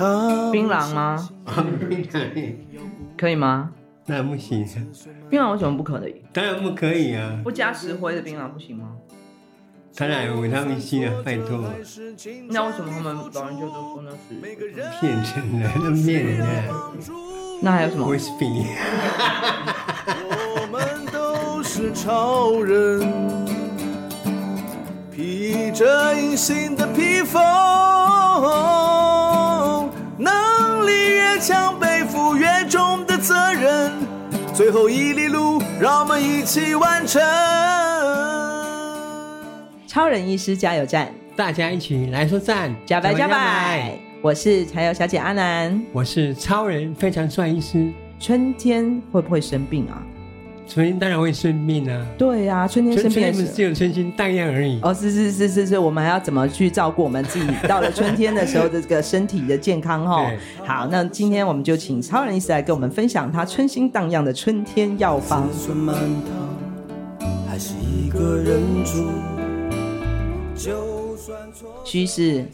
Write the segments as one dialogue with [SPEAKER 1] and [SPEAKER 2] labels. [SPEAKER 1] 嗯
[SPEAKER 2] 槟榔吗？可以吗？
[SPEAKER 3] 那不行，
[SPEAKER 2] 槟榔为什么不可以？
[SPEAKER 3] 当然不可以啊！
[SPEAKER 2] 不加石灰的槟�c不行吗？
[SPEAKER 3] 当然有维他命 C 啊，拜托，
[SPEAKER 2] 那为什么他们老人就都说那是？
[SPEAKER 3] 骗人的，那骗 人的，
[SPEAKER 2] 那还有什么
[SPEAKER 3] 我？是比
[SPEAKER 4] 我们都是超人，披着隐形的披风，能力越强，背负越重的责任。最后一里路，让我们一起完成。
[SPEAKER 1] 超人医师加油站，
[SPEAKER 3] 大家一起来说赞，
[SPEAKER 1] 加白加白！，我是柴油小姐阿南。
[SPEAKER 3] 我是超人，非常帅医师。
[SPEAKER 1] 春天会不会生病啊？
[SPEAKER 3] 春天当然会生病啊，
[SPEAKER 1] 对啊，春天
[SPEAKER 3] 春
[SPEAKER 1] 生病
[SPEAKER 3] 天
[SPEAKER 1] 的
[SPEAKER 3] 不
[SPEAKER 1] 时
[SPEAKER 3] 是只有春心荡漾而已。
[SPEAKER 1] 哦，是是是是是，我们还要怎么去照顾我们自己到了春天的时候的这个身体的健康哈
[SPEAKER 3] 对？
[SPEAKER 1] 好，那今天我们就请超人医师来跟我们分享他春心荡漾的春天药方。
[SPEAKER 4] 寸满堂，还是一个人住，就算错。
[SPEAKER 1] 徐医师，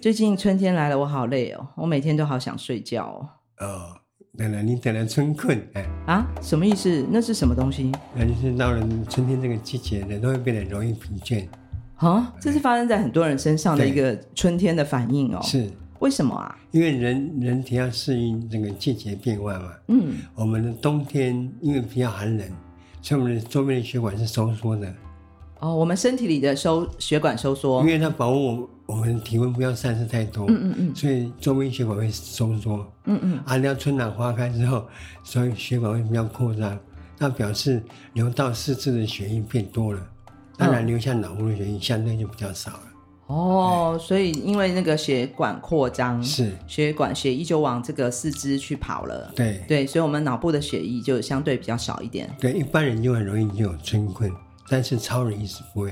[SPEAKER 1] 最近春天来了，我好累哦，我每天都好想睡觉哦。
[SPEAKER 3] 哦，当然你等了春困，哎，
[SPEAKER 1] 啊，什么意思？那是什么东西？
[SPEAKER 3] 那就是到了春天这个季节，人都会变得容易疲倦。
[SPEAKER 1] 啊，这是发生在很多人身上的一个春天的反应哦。，
[SPEAKER 3] 是
[SPEAKER 1] 为什么啊？
[SPEAKER 3] 因为人人体要适应这个季节变化嘛。
[SPEAKER 1] 嗯，
[SPEAKER 3] 我们的冬天因为比较寒冷，所以我们的周边的血管是收缩的，
[SPEAKER 1] 哦，我们身体里的收血管收缩
[SPEAKER 3] 因，为它保护我我们的体温不要散失太多，哦嗯嗯嗯，所以周边血管会收缩，嗯嗯，啊，到春暖花开之后，所以血管会比较扩张，那表示流到四肢的血液变多了，当然流向脑部的血液相对就比较少了，
[SPEAKER 1] 哦，所以因为那个血管扩张，
[SPEAKER 3] 是
[SPEAKER 1] 血管血液就往这个四肢去跑了。
[SPEAKER 3] 对
[SPEAKER 1] 对，所以我们脑部的血液就相对比较少一点。
[SPEAKER 3] 对，一般人就很容易就有春困，但是超人一直不会。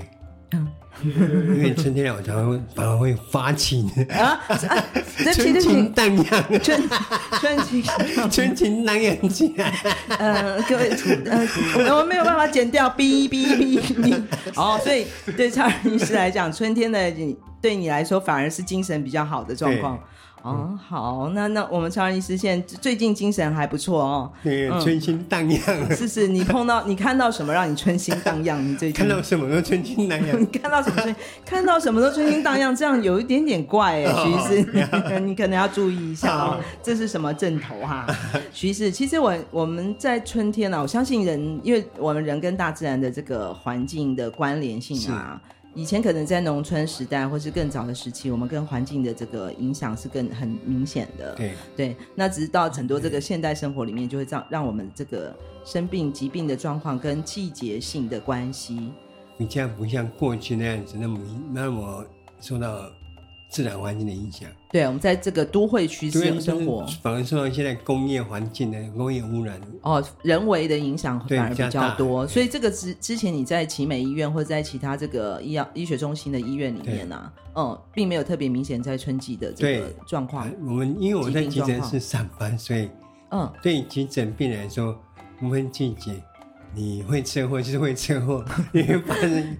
[SPEAKER 3] 嗯 因为春天来，我才会反而会发情，
[SPEAKER 1] 啊，啊 对不起，
[SPEAKER 3] 春
[SPEAKER 1] 对不
[SPEAKER 3] 情
[SPEAKER 1] 起，
[SPEAKER 3] 荡漾，啊
[SPEAKER 1] 春春情，
[SPEAKER 3] 春情荡漾起 来。
[SPEAKER 1] 呃，各位，呃，我们没有办法剪掉，哔哔哔哔。哦，所以对超人医师来讲，春天的你对你来说反而是精神比较好的状况。哦，好，那那我们超人医师现在最近精神还不错哦。
[SPEAKER 3] 那个春心荡漾，啊
[SPEAKER 1] 是是，你碰到你看到什么让你春心荡漾？你最近
[SPEAKER 3] 看到什么都春心荡
[SPEAKER 1] 你
[SPEAKER 3] 漾。
[SPEAKER 1] 看到什么春，看到什么都春心荡漾，这样有一点点怪哎，徐医师，你可能要注意一下哦，这是什么阵头哈？徐医师，其实我我们在春天呢、啊，我相信人，因为我们人跟大自然的这个环境的关联性啊。以前可能在农村时代，或是更早的时期，我们跟环境的这个影响是更很明显的。
[SPEAKER 3] 对，
[SPEAKER 1] 对，那只是到很多这个现代生活里面，就会让让我们这个生病、疾病的状况跟季节性的关系。
[SPEAKER 3] 比较不像过去那样子那么那么受到自然环境的影响，
[SPEAKER 1] 对，我们在这个都会区
[SPEAKER 3] 因为
[SPEAKER 1] 生生活，
[SPEAKER 3] 反而受到现在工业环境的工业污染。
[SPEAKER 1] 哦，人为的影响
[SPEAKER 3] 对
[SPEAKER 1] 反而
[SPEAKER 3] 比较
[SPEAKER 1] 比较
[SPEAKER 3] 大
[SPEAKER 1] 多，所以这个之之前你在奇美医院或者在其他这个医药医学中心的医院里面啊，嗯，并没有特别明显在春季的这个
[SPEAKER 3] 对
[SPEAKER 1] 状
[SPEAKER 3] 啊
[SPEAKER 1] 况，
[SPEAKER 3] 我们因为我在急
[SPEAKER 1] 疾病状
[SPEAKER 3] 诊
[SPEAKER 1] 况
[SPEAKER 3] 室上班，所以
[SPEAKER 1] 嗯，
[SPEAKER 3] 对急诊病人来说，不分季节，你会车祸就是会车 祸，你会发生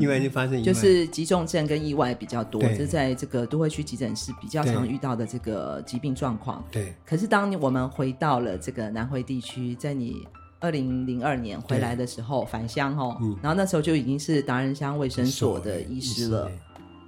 [SPEAKER 3] 意外就发生意外，
[SPEAKER 1] 嗯就是急重症跟意外比较多，
[SPEAKER 3] 对
[SPEAKER 1] 这在这个都会区急诊室比较
[SPEAKER 3] 对
[SPEAKER 1] 常遇到的这个疾病状况。
[SPEAKER 3] 对
[SPEAKER 1] 可是当你我们回到了这个南回地区，在你二零零二年回来的时候返乡哦，
[SPEAKER 3] 嗯
[SPEAKER 1] 然后那时候就已经是达人乡卫生所的医师了，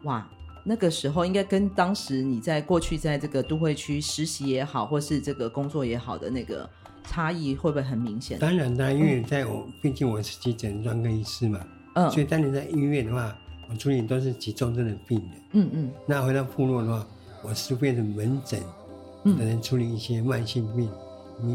[SPEAKER 1] 哇。那个时候应该跟当时你在过去在这个都会区实习也好，或是这个工作也好的那个差异会不会很明显？
[SPEAKER 3] 当然，当然，因为在我毕竟我是急诊专科医师嘛，
[SPEAKER 1] 嗯
[SPEAKER 3] 所以当你在医院的话，我处理都是急重症的病人。
[SPEAKER 1] 嗯嗯，
[SPEAKER 3] 那回到部落的话，我是变成门诊，
[SPEAKER 1] 嗯
[SPEAKER 3] 可能处理一些慢性病，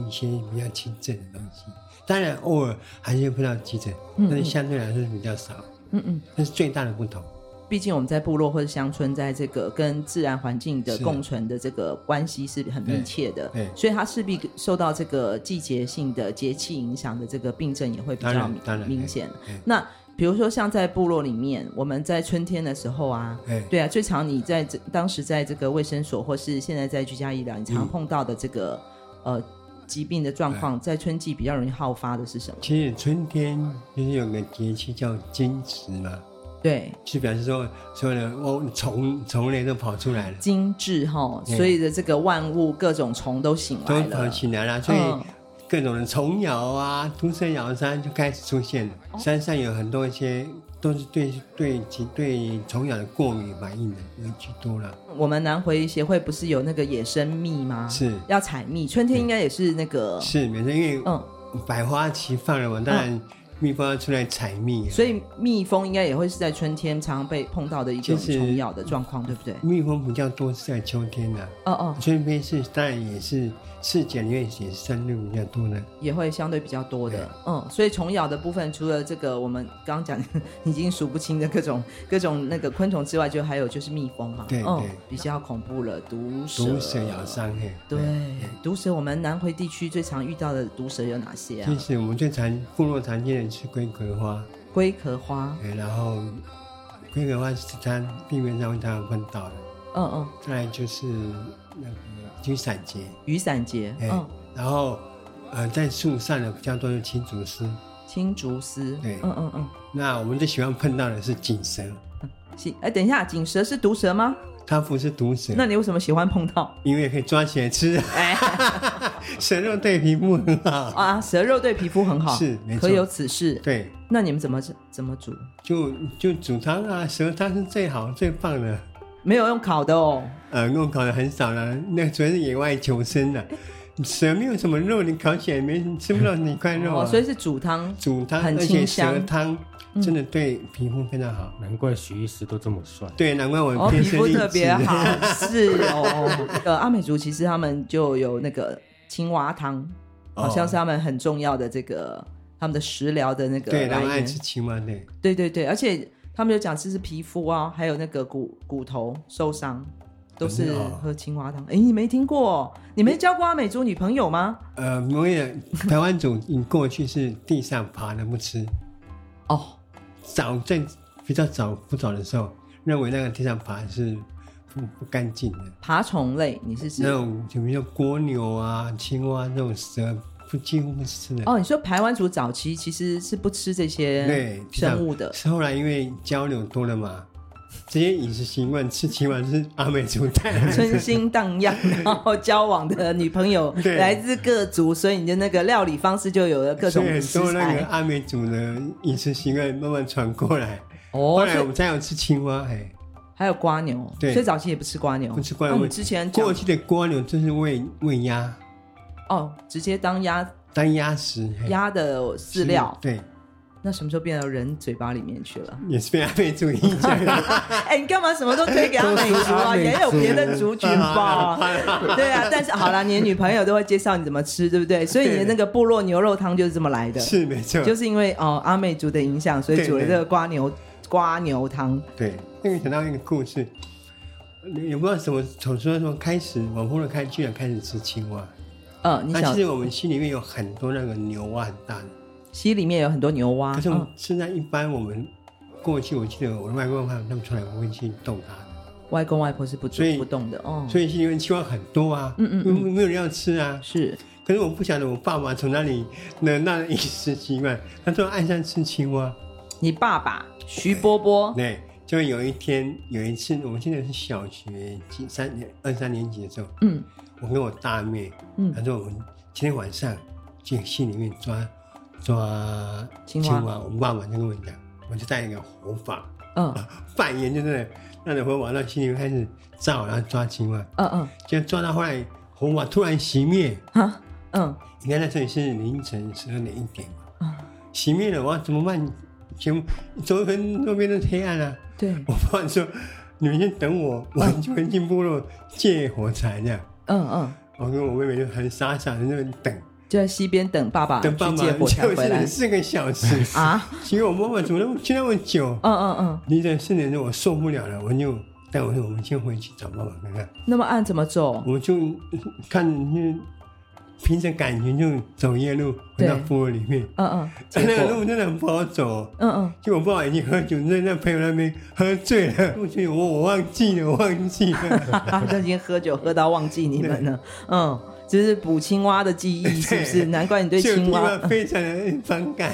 [SPEAKER 3] 一些比较轻症的东西。当然，偶尔还是会碰到急诊，
[SPEAKER 1] 嗯
[SPEAKER 3] 但是相对来说是比较少。嗯嗯，这是最大的不同。
[SPEAKER 1] 毕竟我们在部落或者乡村，在这个跟自然环境的共存的这个关系是很密切的
[SPEAKER 3] 对对，
[SPEAKER 1] 所以它势必受到这个季节性的节气影响的这个病症也会比
[SPEAKER 3] 当
[SPEAKER 1] 较
[SPEAKER 3] 然
[SPEAKER 1] 明
[SPEAKER 3] 当然
[SPEAKER 1] 明显
[SPEAKER 3] 哎哎。
[SPEAKER 1] 那比如说像在部落里面，我们在春天的时候啊
[SPEAKER 3] 哎，
[SPEAKER 1] 对啊，最常你在这当时在这个卫生所或是现在在居家医疗，你常碰到的这个
[SPEAKER 3] 嗯
[SPEAKER 1] 呃疾病的状况，在春季比较容易好发的是什么？
[SPEAKER 3] 其实春天就是有个节气叫惊蛰嘛，
[SPEAKER 1] 对，
[SPEAKER 3] 就表示说所有的哦虫虫类都跑出来了，
[SPEAKER 1] 精致哈，所以的这个万物各种虫都醒
[SPEAKER 3] 都
[SPEAKER 1] 来
[SPEAKER 3] 跑
[SPEAKER 1] 了。
[SPEAKER 3] 起来了，所以
[SPEAKER 1] 嗯
[SPEAKER 3] 各种的虫咬啊、毒蛇咬山就开始出现了。山上有很多一些都是对对其对虫咬的过敏反应的有居多了，
[SPEAKER 1] 我们南回协会不是有那个野生蜜吗？
[SPEAKER 3] 是
[SPEAKER 1] 要采蜜，春天应该也是那个
[SPEAKER 3] 是没错，因为
[SPEAKER 1] 嗯，
[SPEAKER 3] 百花齐放了嘛，当然蜜蜂要出来采蜜、啊。
[SPEAKER 1] 所以蜜蜂应该也会是在春天常常被碰到的一种
[SPEAKER 3] 其实
[SPEAKER 1] 虫咬的状况，对不对？
[SPEAKER 3] 蜜蜂比较多是在秋天的、
[SPEAKER 1] 哦哦，
[SPEAKER 3] 春天是当然也是赤脚里面也是山路比较多的，
[SPEAKER 1] 也会相对比较多的
[SPEAKER 3] 对，
[SPEAKER 1] 嗯，所以虫咬的部分，除了这个我们刚刚讲 已经数不清的各种各种那个昆虫之外，就还有就是蜜蜂嘛，
[SPEAKER 3] 对
[SPEAKER 1] 嗯
[SPEAKER 3] 对，
[SPEAKER 1] 比较恐怖了，毒蛇，
[SPEAKER 3] 毒蛇咬伤害。
[SPEAKER 1] 对，毒蛇，我们南回地区最常遇到的毒蛇有哪些啊
[SPEAKER 3] 其？实我们最常部落常见的是龟壳花，
[SPEAKER 1] 龟壳花，
[SPEAKER 3] 对然后龟壳花是它地面上它分到的，
[SPEAKER 1] 嗯嗯，
[SPEAKER 3] 再来就是那个雨伞节，
[SPEAKER 1] 雨伞节，
[SPEAKER 3] 哎、
[SPEAKER 1] 嗯，
[SPEAKER 3] 然后呃在树上的比较多的青竹丝，
[SPEAKER 1] 青竹丝，
[SPEAKER 3] 对
[SPEAKER 1] 嗯嗯嗯，
[SPEAKER 3] 那我们最喜欢碰到的是锦蛇，
[SPEAKER 1] 行，哎，等一下，锦蛇是毒蛇吗？
[SPEAKER 3] 它不是毒蛇，
[SPEAKER 1] 那你为什么喜欢碰到？
[SPEAKER 3] 因为可以抓起来吃，
[SPEAKER 1] 哎
[SPEAKER 3] 蛇肉对皮肤很好。
[SPEAKER 1] 啊，蛇肉对皮肤很好，
[SPEAKER 3] 是没错
[SPEAKER 1] 可有此事。
[SPEAKER 3] 对，
[SPEAKER 1] 那你们怎么怎么煮？
[SPEAKER 3] 就就煮汤啊，蛇汤是最好最棒的。
[SPEAKER 1] 没有用烤的哦。
[SPEAKER 3] 呃，弄烤的很少了，那主要是野外求生的，蛇没有什么肉，你烤起来没吃不到哪块肉啊。
[SPEAKER 1] 哦，所以是煮汤。
[SPEAKER 3] 煮汤，
[SPEAKER 1] 很
[SPEAKER 3] 而且
[SPEAKER 1] 清香嗯
[SPEAKER 3] 蛇汤真的对皮肤非常好。
[SPEAKER 5] 难怪许医师都这么帅。
[SPEAKER 3] 对，难怪我
[SPEAKER 1] 哦，
[SPEAKER 3] 天
[SPEAKER 1] 皮
[SPEAKER 3] 生
[SPEAKER 1] 肤
[SPEAKER 3] 丽
[SPEAKER 1] 特
[SPEAKER 3] 质
[SPEAKER 1] 别。好，是哦。呃，阿美族其实他们就有那个青蛙汤，
[SPEAKER 3] 哦
[SPEAKER 1] 好像是他们很重要的这个他们的食疗的那个
[SPEAKER 3] 对，他们
[SPEAKER 1] 来
[SPEAKER 3] 爱
[SPEAKER 1] 源
[SPEAKER 3] 吃青蛙，对，
[SPEAKER 1] 对对对，而且他们有讲，就是皮肤啊，还有那个骨骨头受伤，都是
[SPEAKER 3] 真的哦
[SPEAKER 1] 喝青蛙汤。哎，你没听过哦？你没交过阿美族女朋友吗？
[SPEAKER 3] 呃，我也台湾种，你过去是地上爬的不吃，
[SPEAKER 1] 哦，
[SPEAKER 3] 早在比较早不早的时候，认为那个地上爬是不不干净的，
[SPEAKER 1] 爬虫类，你是指
[SPEAKER 3] 那？种比如说蜗牛啊、青蛙那种蛇，不几乎不吃的。
[SPEAKER 1] 哦，你说排湾族早期其实是不吃这些
[SPEAKER 3] 对，
[SPEAKER 1] 生物的，
[SPEAKER 3] 是后来因为交流多了嘛，这些饮食习惯吃起码是阿美族带来的。
[SPEAKER 1] 春心荡漾，然后交往的女朋友
[SPEAKER 3] 对
[SPEAKER 1] 来自各族，所以你的那个料理方式就有了各种
[SPEAKER 3] 所以很多
[SPEAKER 1] 食
[SPEAKER 3] 那个
[SPEAKER 1] 材。
[SPEAKER 3] 阿美族的饮食习惯慢慢传过来，后
[SPEAKER 1] 哦，
[SPEAKER 3] 来
[SPEAKER 1] 所
[SPEAKER 3] 我
[SPEAKER 1] 以
[SPEAKER 3] 们才有吃青蛙，哎，
[SPEAKER 1] 还有瓜牛，所
[SPEAKER 3] 对
[SPEAKER 1] 以早期也不吃瓜牛，
[SPEAKER 3] 不吃瓜
[SPEAKER 1] 哦
[SPEAKER 3] 牛
[SPEAKER 1] 你之前讲
[SPEAKER 3] 过去的蜗牛就是喂喂鸭，
[SPEAKER 1] 哦，直接当鸭
[SPEAKER 3] 当鸭食，嘿
[SPEAKER 1] 鸭的饲料
[SPEAKER 3] 是，对，
[SPEAKER 1] 那什么时候变到人嘴巴里面去 了？
[SPEAKER 3] 也是被阿美族影响的。
[SPEAKER 1] 哎、你干嘛什么都推给阿美族啊？也 有别的族群吧？对啊，但是好啦，你的女朋友都会介绍你怎么吃，对不对？所以你的那个部落牛肉汤就是这么来的，
[SPEAKER 3] 是没 错，
[SPEAKER 1] 就是因为哦、阿美族的影响，所以
[SPEAKER 3] 对
[SPEAKER 1] 煮了
[SPEAKER 3] 对
[SPEAKER 1] 这个瓜牛瓜牛汤。
[SPEAKER 3] 对，那个想到一个故事，也不知道什么从什么时候开始，网红的开居然开始吃青蛙。
[SPEAKER 1] 呃，你
[SPEAKER 3] 那
[SPEAKER 1] 想啊
[SPEAKER 3] 其实我们心里面有很多那个牛蛙很大的，
[SPEAKER 1] 溪里面有很多牛蛙，
[SPEAKER 3] 可是我们
[SPEAKER 1] 嗯，
[SPEAKER 3] 现在一般我们过去，我记得我的外公他们他们出来不会去动它的，
[SPEAKER 1] 外公外婆是不煮
[SPEAKER 3] 所以
[SPEAKER 1] 不动的哦，
[SPEAKER 3] 所以心里面青蛙很多啊，嗯嗯，没有人要吃啊。
[SPEAKER 1] 是
[SPEAKER 3] 可是我不晓得我爸爸从哪里的那饮食习惯，他说爱上吃青蛙，
[SPEAKER 1] 你爸爸徐波波，
[SPEAKER 3] 对。就有一天，有一次，我们记得是小学几三年、二三年级的时候，
[SPEAKER 1] 嗯
[SPEAKER 3] 我跟我大妹，
[SPEAKER 1] 嗯
[SPEAKER 3] 她说我们今天晚上去溪里面抓抓
[SPEAKER 1] 青蛙
[SPEAKER 3] 我爸爸就跟我讲，我就带一个火 把，
[SPEAKER 1] 嗯
[SPEAKER 3] 扮演就是那个火把到溪里面开始照，然后抓青蛙，
[SPEAKER 1] 嗯嗯
[SPEAKER 3] 结果抓到后来火把突然熄灭，
[SPEAKER 1] 哈嗯
[SPEAKER 3] 你看那时候也是凌晨十二点一点嘛，
[SPEAKER 1] 嗯，
[SPEAKER 3] 熄灭了，我要怎么办？全部周边周边都黑暗了、啊，
[SPEAKER 1] 对，
[SPEAKER 3] 我爸爸说你们先等我，我就回进部落借火柴这样。
[SPEAKER 1] 嗯嗯，
[SPEAKER 3] 我跟我妹妹就很傻傻的在那边等，
[SPEAKER 1] 就在溪边等爸爸
[SPEAKER 3] 等爸
[SPEAKER 1] 去
[SPEAKER 3] 爸
[SPEAKER 1] 借火柴
[SPEAKER 3] 就
[SPEAKER 1] 回来！
[SPEAKER 3] 是四个小时
[SPEAKER 1] 啊。
[SPEAKER 3] 结果我妈妈怎么那么去那么久？
[SPEAKER 1] 嗯嗯嗯，
[SPEAKER 3] 凌晨四点钟我受不了了，我就但我说我们先回去找爸爸看看，
[SPEAKER 1] 那么暗怎么走？
[SPEAKER 3] 我就看就凭着感觉就走夜路回到
[SPEAKER 1] 对
[SPEAKER 3] 部落里面，
[SPEAKER 1] 嗯嗯
[SPEAKER 3] 但那个路真的很不好走。
[SPEAKER 1] 嗯嗯，
[SPEAKER 3] 就我爸爸已经喝酒，在那朋友那边喝醉了，我去我我忘记了，我忘记了。
[SPEAKER 1] 哈哈，都已经喝酒喝到忘记你们了。嗯，就是捕青蛙的记忆，是不是？难怪你对
[SPEAKER 3] 就
[SPEAKER 1] 青蛙，
[SPEAKER 3] 因为非常的反感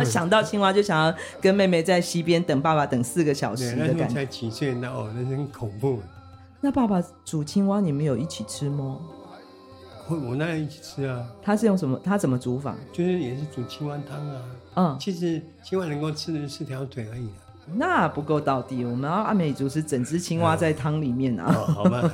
[SPEAKER 1] 想到青蛙就想要跟妹妹在溪边等爸爸等四个小
[SPEAKER 3] 对，
[SPEAKER 1] 时
[SPEAKER 3] 那
[SPEAKER 1] 的
[SPEAKER 3] 时候
[SPEAKER 1] 感觉。
[SPEAKER 3] 才几岁，那哦，那真恐怖。
[SPEAKER 1] 那爸爸煮青蛙，你们有一起吃吗？
[SPEAKER 3] 我我那一起吃啊，
[SPEAKER 1] 他是用什么？他怎么煮法？
[SPEAKER 3] 就是也是煮青蛙汤啊。
[SPEAKER 1] 嗯，
[SPEAKER 3] 其实青蛙能够吃的是条腿而已啊。
[SPEAKER 1] 那不够到底。我们要阿美族是整只青蛙在汤里面啊。
[SPEAKER 3] 哦，好吧，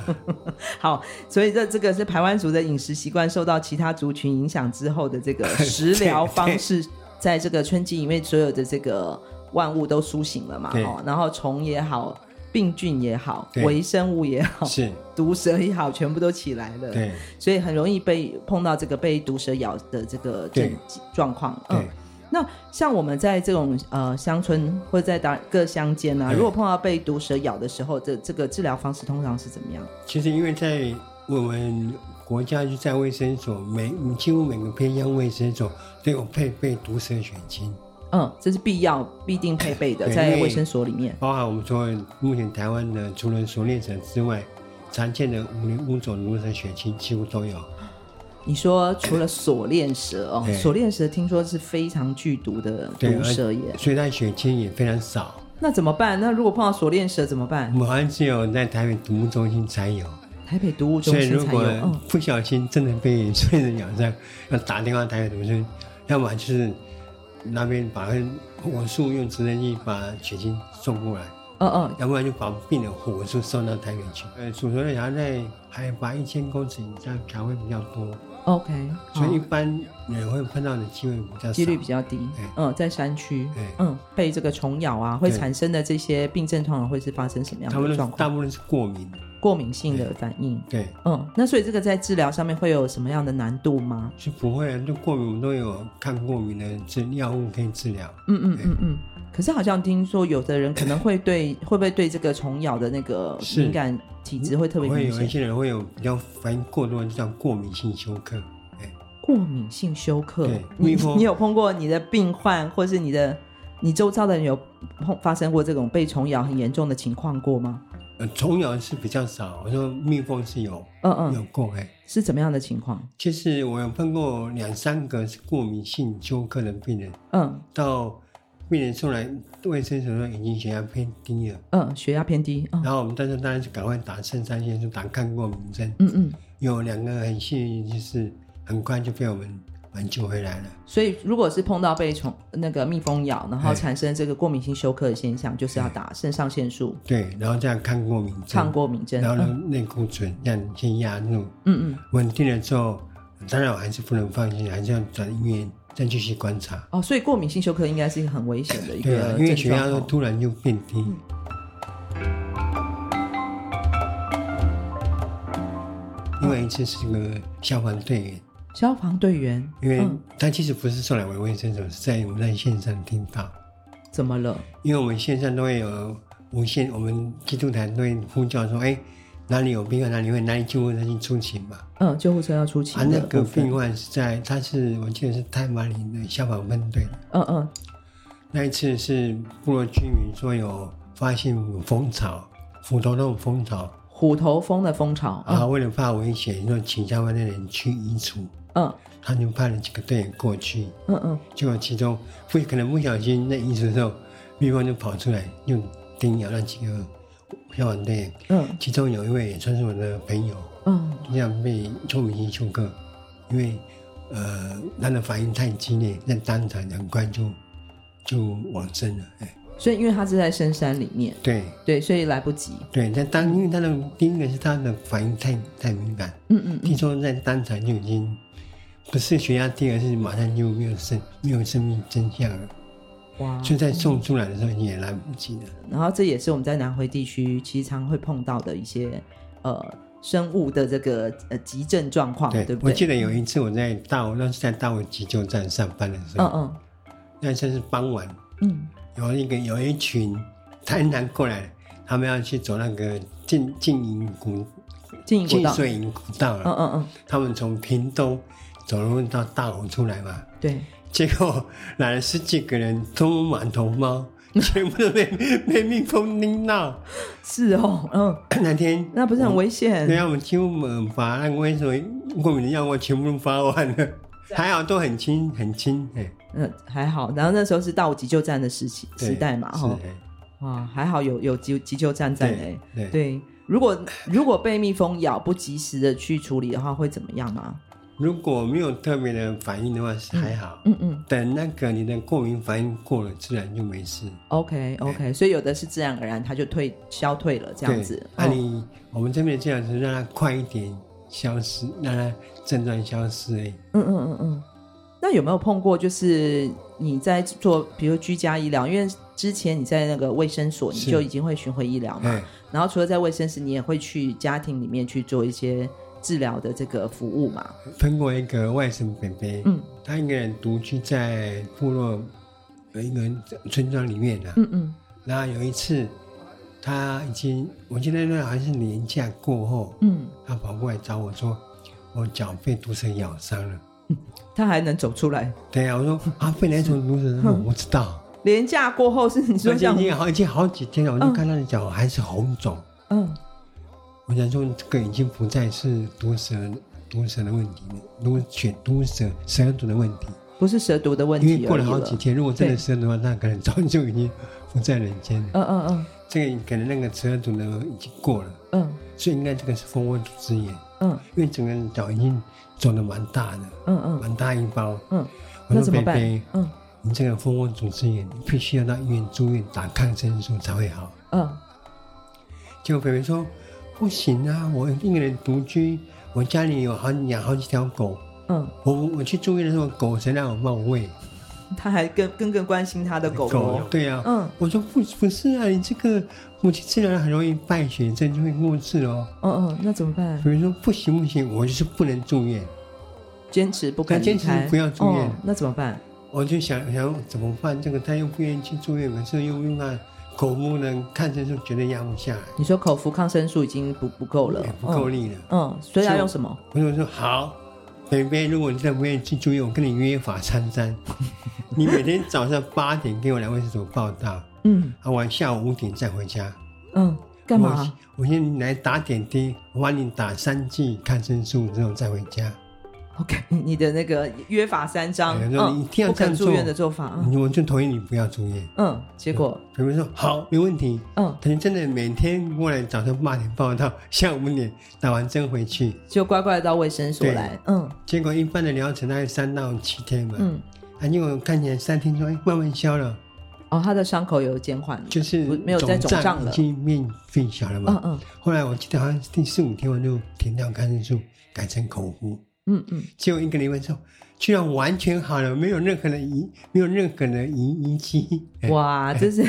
[SPEAKER 1] 好，所以这这个是排湾族的饮食习惯受到其他族群影响之后的 这个食疗方式，在这个春季因为所有的这个万物都苏醒了嘛，
[SPEAKER 3] 对
[SPEAKER 1] 哦，然后虫也好，病菌也好，
[SPEAKER 3] 对
[SPEAKER 1] 微生物也好，
[SPEAKER 3] 是，
[SPEAKER 1] 毒蛇也好，全部都起来了，，
[SPEAKER 3] 对
[SPEAKER 1] 所以很容易被碰到这个被毒蛇咬的这个症
[SPEAKER 3] 对
[SPEAKER 1] 状况，嗯
[SPEAKER 3] 对。，
[SPEAKER 1] 那像我们在这种呃乡村或者在打各乡间啊，
[SPEAKER 3] 对
[SPEAKER 1] 如果碰到被毒蛇咬的时候，这这个治疗方式通常是怎么样？
[SPEAKER 3] 其实因为在我们国家就在卫生所，每几乎每个偏乡卫生所都有配备毒蛇血清，
[SPEAKER 1] 嗯，这是必要、必定配备的，
[SPEAKER 3] 对
[SPEAKER 1] 在
[SPEAKER 3] 因为
[SPEAKER 1] 卫生所里面。
[SPEAKER 3] 包含我们说目前台湾的除了狩猎者之外，常见的五零五种毒蛇血清几乎都有。
[SPEAKER 1] 你说除了锁链蛇哦，
[SPEAKER 3] 对
[SPEAKER 1] 锁链蛇听说是非常剧毒的
[SPEAKER 3] 对
[SPEAKER 1] 毒蛇耶，
[SPEAKER 3] 所以它血清也非常少。
[SPEAKER 1] 那怎么办？那如果碰到锁链蛇怎么办
[SPEAKER 3] 我？们好像只有在台北毒物中心才有，
[SPEAKER 1] 台北毒物中
[SPEAKER 3] 所以
[SPEAKER 1] 心
[SPEAKER 3] 如
[SPEAKER 1] 才有。
[SPEAKER 3] 果
[SPEAKER 1] 嗯，
[SPEAKER 3] 不小心真的被顺着咬上，要打电话台北毒物中心，要么就是那边把火速用直升机把血清送过来，
[SPEAKER 1] 嗯嗯，
[SPEAKER 3] 要不然就把病人火速送到台北去。呃，主要要在海拔一千公尺以上才会比较多，
[SPEAKER 1] OK，
[SPEAKER 3] 所
[SPEAKER 1] 好
[SPEAKER 3] 以一般人会碰到的机会比较少，
[SPEAKER 1] 嗯几率比较低
[SPEAKER 3] 对。
[SPEAKER 1] 嗯，在山区
[SPEAKER 3] 对，
[SPEAKER 1] 嗯，被这个虫咬啊，会
[SPEAKER 3] 对
[SPEAKER 1] 产生的这些病症，通常会是发生什么
[SPEAKER 3] 他
[SPEAKER 1] 样
[SPEAKER 3] 们
[SPEAKER 1] 的
[SPEAKER 3] 都
[SPEAKER 1] 状
[SPEAKER 3] 是大
[SPEAKER 1] 况？
[SPEAKER 3] 部分是过敏，
[SPEAKER 1] 过敏性的反应。
[SPEAKER 3] 对。
[SPEAKER 1] 嗯，那所以这个在治疗上面会有什么样的难度吗？
[SPEAKER 3] 是不会啊，就过敏我们都有看过敏的治药物可以治疗。
[SPEAKER 1] 嗯嗯嗯嗯。可是好像听说有的人可能会对会不会对这个虫咬的那个
[SPEAKER 3] 是
[SPEAKER 1] 敏感体质会特别
[SPEAKER 3] 会
[SPEAKER 1] 明
[SPEAKER 3] 有一
[SPEAKER 1] 显，
[SPEAKER 3] 些人会有比较反应过多，就叫过敏性休克。哎，
[SPEAKER 1] 过敏性休克
[SPEAKER 3] 对。
[SPEAKER 1] 你
[SPEAKER 3] 蜜蜂
[SPEAKER 1] 你有碰过你的病患，或是你的你周遭的人有碰发生过这种被虫咬很严重的情况过吗？
[SPEAKER 3] 呃，虫咬是比较少，我说蜜蜂是有
[SPEAKER 1] 嗯
[SPEAKER 3] 有
[SPEAKER 1] 嗯，
[SPEAKER 3] 过哎。
[SPEAKER 1] 是怎么样的情况？
[SPEAKER 3] 其实我有碰过两三个是过敏性休克的病人，
[SPEAKER 1] 嗯
[SPEAKER 3] 到病人送来卫生所说已经血压偏低了，
[SPEAKER 1] 嗯，血压偏低。嗯
[SPEAKER 3] 然后我们当时当然是赶快打肾上腺素，打抗过敏针。
[SPEAKER 1] 嗯嗯。
[SPEAKER 3] 有两个很幸运，就是很快就被我们挽救回来了。
[SPEAKER 1] 所以，如果是碰到被虫那个蜜蜂咬，然后
[SPEAKER 3] 哎
[SPEAKER 1] 产生这个过敏性休克的现象，就是要打肾上腺素、
[SPEAKER 3] 对，然后再看过敏
[SPEAKER 1] 抗
[SPEAKER 3] 症，
[SPEAKER 1] 过敏针。
[SPEAKER 3] 然后
[SPEAKER 1] 嗯
[SPEAKER 3] 内固醇让你先压住，
[SPEAKER 1] 嗯嗯。
[SPEAKER 3] 稳定了之后，当然我还是不能放心，还是要转医院再继续观察。
[SPEAKER 1] 哦，所以过敏性休克应该是一个很危险的一
[SPEAKER 3] 对啊，
[SPEAKER 1] 个
[SPEAKER 3] 因为
[SPEAKER 1] 症
[SPEAKER 3] 血压
[SPEAKER 1] 状
[SPEAKER 3] 都
[SPEAKER 1] 哦。
[SPEAKER 3] 突然就变低。
[SPEAKER 1] 嗯
[SPEAKER 3] 另外一次是个消防队员，
[SPEAKER 1] 消防队员，
[SPEAKER 3] 因为
[SPEAKER 1] 嗯、
[SPEAKER 3] 他其实不是送来维卫生所，是在我们在线上听到，
[SPEAKER 1] 怎么了？
[SPEAKER 3] 因为我们线上都会有无线，我们基督台都会呼叫说，哎，哪里有病啊，哪里会哪里救护车去出勤嘛。
[SPEAKER 1] 嗯，救护车要出勤
[SPEAKER 3] 啊，那
[SPEAKER 1] 的
[SPEAKER 3] 个
[SPEAKER 1] 部分
[SPEAKER 3] 病患是在，他是我记得是太马里的消防分队的。
[SPEAKER 1] 嗯嗯，
[SPEAKER 3] 那一次是部落居民说有发现有蜂巢，斧头那种蜂巢，
[SPEAKER 1] 虎头蜂的蜂巢
[SPEAKER 3] 啊，
[SPEAKER 1] 啊，
[SPEAKER 3] 为了怕危险，就请消防队的人去移除，
[SPEAKER 1] 嗯
[SPEAKER 3] 他就派了几个队员过去，
[SPEAKER 1] 嗯嗯，
[SPEAKER 3] 结果其中不可能不小心在移除的时候，蜜蜂就跑出来，又叮咬那几个消防队员，
[SPEAKER 1] 嗯
[SPEAKER 3] 其中有一位也算是我的朋友，
[SPEAKER 1] 嗯
[SPEAKER 3] 就像被邱明星休克，因为呃他的反应太激烈，那当场很快就就往生了。哎，
[SPEAKER 1] 所以因为它是在深山里面，
[SPEAKER 3] 对
[SPEAKER 1] 对，所以来不及。
[SPEAKER 3] 对，但当因为他的第一个是他的反应太太敏感，
[SPEAKER 1] 嗯嗯嗯，
[SPEAKER 3] 听说在当场就已经不是血压低，而是马上就没有生没有生命真相了，
[SPEAKER 1] 哇！
[SPEAKER 3] 就在送出来的时候也来不及了。
[SPEAKER 1] 然后这也是我们在南回地区其实常会碰到的一些呃生物的这个呃急症状况，对不
[SPEAKER 3] 我
[SPEAKER 1] 对？
[SPEAKER 3] 记得有一次我在大武，那是在大武急救站上班的时
[SPEAKER 1] 嗯
[SPEAKER 3] 候，
[SPEAKER 1] 嗯
[SPEAKER 3] 那一次是傍晚，
[SPEAKER 1] 嗯，
[SPEAKER 3] 有一个有一群台南过来，他们要去走那个进进营古
[SPEAKER 1] 进一步
[SPEAKER 3] 进
[SPEAKER 1] 到，
[SPEAKER 3] 水营古道
[SPEAKER 1] 嗯
[SPEAKER 3] 了。
[SPEAKER 1] 嗯嗯，
[SPEAKER 3] 他们从屏东走路到大湖出来嘛，
[SPEAKER 1] 对，
[SPEAKER 3] 结果来了十几个人，都满头包， 全部都被被蜜蜂叮到。
[SPEAKER 1] 是哦，嗯，
[SPEAKER 3] 那天
[SPEAKER 1] 那不是很危
[SPEAKER 3] 对
[SPEAKER 1] 险？
[SPEAKER 3] 啊，我们几乎呃把那个为什么过敏的药我全部都发完了，
[SPEAKER 1] 啊
[SPEAKER 3] 还好都很轻很轻，哎，
[SPEAKER 1] 嗯，还好。然后那时候是到急救站的时期
[SPEAKER 3] 对
[SPEAKER 1] 时代嘛，
[SPEAKER 3] 是
[SPEAKER 1] 哈，
[SPEAKER 3] 哎
[SPEAKER 1] 哇，还好有有急急救站在嘞。
[SPEAKER 3] 对对。
[SPEAKER 1] 对，如果如果被蜜蜂咬，不及时的去处理的话，会怎么样啊？
[SPEAKER 3] 如果没有特别的反应的话是还好，
[SPEAKER 1] 嗯嗯
[SPEAKER 3] 等那个你的过敏反应过了，自然就没事。
[SPEAKER 1] ，OK OK，所以有的是自然而然它就退消退了这样子。
[SPEAKER 3] 那、
[SPEAKER 1] 哦
[SPEAKER 3] 啊你我们这边的治疗是让它快一点消失，让它症状消失而已。
[SPEAKER 1] 嗯嗯嗯嗯。那有没有碰过，就是你在做，比如居家医疗，因为之前你在那个卫生所，你
[SPEAKER 3] 是
[SPEAKER 1] 就已经会巡回医疗嘛。
[SPEAKER 3] 哎，
[SPEAKER 1] 然后除了在卫生室，你也会去家庭里面去做一些治疗的这个服务嘛。
[SPEAKER 3] 碰过一个外甥伯伯，
[SPEAKER 1] 嗯
[SPEAKER 3] 他一个人独居在部落有一个村庄里面啊。
[SPEAKER 1] 嗯嗯
[SPEAKER 3] 然后有一次，他已经我记得那好像是年假过后，
[SPEAKER 1] 嗯，
[SPEAKER 3] 他跑过来找我说，我脚被毒蛇咬伤了。
[SPEAKER 1] 他还能走出来。
[SPEAKER 3] 对呀、我说啊，被哪一种毒蛇？我不知道。
[SPEAKER 1] 廉价过后是你说
[SPEAKER 3] 而且
[SPEAKER 1] 像
[SPEAKER 3] 已经好，已经好几天了，我就
[SPEAKER 1] 嗯
[SPEAKER 3] 看他的脚还是红肿。
[SPEAKER 1] 嗯
[SPEAKER 3] 我想说，这个已经不再是毒蛇毒蛇的问题了，毒血毒蛇蛇毒的问题。
[SPEAKER 1] 不是蛇毒的问
[SPEAKER 3] 因
[SPEAKER 1] 题而已
[SPEAKER 3] 为
[SPEAKER 1] 了，
[SPEAKER 3] 过了好几天，如果真的蛇毒的话，那可能早就已经不在人间了。
[SPEAKER 1] 嗯嗯嗯
[SPEAKER 3] 这个可能那个蛇毒的已经过了，
[SPEAKER 1] 嗯
[SPEAKER 3] 所以应该这个是蜂窝组织炎，
[SPEAKER 1] 嗯
[SPEAKER 3] 因为整个脚已经肿得蛮大的，
[SPEAKER 1] 嗯嗯
[SPEAKER 3] 蛮大一包。
[SPEAKER 1] 嗯，
[SPEAKER 3] 我
[SPEAKER 1] 那
[SPEAKER 3] 说
[SPEAKER 1] 怎么
[SPEAKER 3] 贝
[SPEAKER 1] 办
[SPEAKER 3] 贝，？
[SPEAKER 1] 嗯
[SPEAKER 3] 你这个蜂窝组织炎，你必须要到医院住院打抗生素才会好。
[SPEAKER 1] 嗯
[SPEAKER 3] 结果北北说：“不行啊，我一个人独居，我家里有好养好几条狗，
[SPEAKER 1] 嗯，
[SPEAKER 3] 我我去住院的时候，狗谁让我帮我喂
[SPEAKER 1] 他还更更更关心他的狗狗。
[SPEAKER 3] 对啊，
[SPEAKER 1] 嗯
[SPEAKER 3] 我说不不是啊，你这个我去治疗了很容易败血症就会过世哦。
[SPEAKER 1] 嗯嗯，那怎么办
[SPEAKER 3] 北？北说：“不行不行，我就是不能住院。
[SPEAKER 1] 坚持不肯
[SPEAKER 3] 他坚
[SPEAKER 1] 离
[SPEAKER 3] 持
[SPEAKER 1] 开，
[SPEAKER 3] 不要住院
[SPEAKER 1] 哦那怎么办？”
[SPEAKER 3] 我就想想怎么办，这个他又不愿意去住院，可是又用啊狗不能抗生素绝对压不下来，
[SPEAKER 1] 你说口服抗生素已经不不够了
[SPEAKER 3] 也，哎不够
[SPEAKER 1] 嗯
[SPEAKER 3] 力了。
[SPEAKER 1] 嗯，所以要用什么？
[SPEAKER 3] 我就说好，北北，如果你再不愿意去住院，我跟你约法三 章。你每天早上八点给我来卫生所报到，
[SPEAKER 1] 嗯
[SPEAKER 3] 啊，我下午五点再回家。
[SPEAKER 1] 嗯，干嘛？
[SPEAKER 3] 我？我先来打点滴，我帮你打三剂抗生素之后再回家。
[SPEAKER 1] ？OK，你的那个约法三章，
[SPEAKER 3] 哎那
[SPEAKER 1] 嗯，
[SPEAKER 3] 你一定要
[SPEAKER 1] 不肯
[SPEAKER 3] 这样
[SPEAKER 1] 住
[SPEAKER 3] 做
[SPEAKER 1] 院的做法，嗯
[SPEAKER 3] 我就同意你不要住院。
[SPEAKER 1] 嗯，结果
[SPEAKER 3] 北北说好，没问题。
[SPEAKER 1] 嗯，
[SPEAKER 3] 他就真的每天过来早上八点报到，下午五点打完针回去。
[SPEAKER 1] 就乖乖地到卫生所
[SPEAKER 3] 对
[SPEAKER 1] 来，嗯
[SPEAKER 3] 结果一般的疗程大概三到七天嘛，
[SPEAKER 1] 嗯，
[SPEAKER 3] 啊，结果看起来三天说，哎，慢慢消了。
[SPEAKER 1] 哦，他的伤口有减缓了，
[SPEAKER 3] 就是
[SPEAKER 1] 不没有再肿胀
[SPEAKER 3] 已
[SPEAKER 1] 了，
[SPEAKER 3] 经变变小了
[SPEAKER 1] 嗯
[SPEAKER 3] 嘛。
[SPEAKER 1] 嗯
[SPEAKER 3] 后来我记得好像是第四五天我就停掉抗生素，改成口服。
[SPEAKER 1] 嗯嗯，
[SPEAKER 3] 结果一个礼拜之后，居然完全好了，没有任何的遗，没有任何的遗遗迹。哎
[SPEAKER 1] 哇，这 是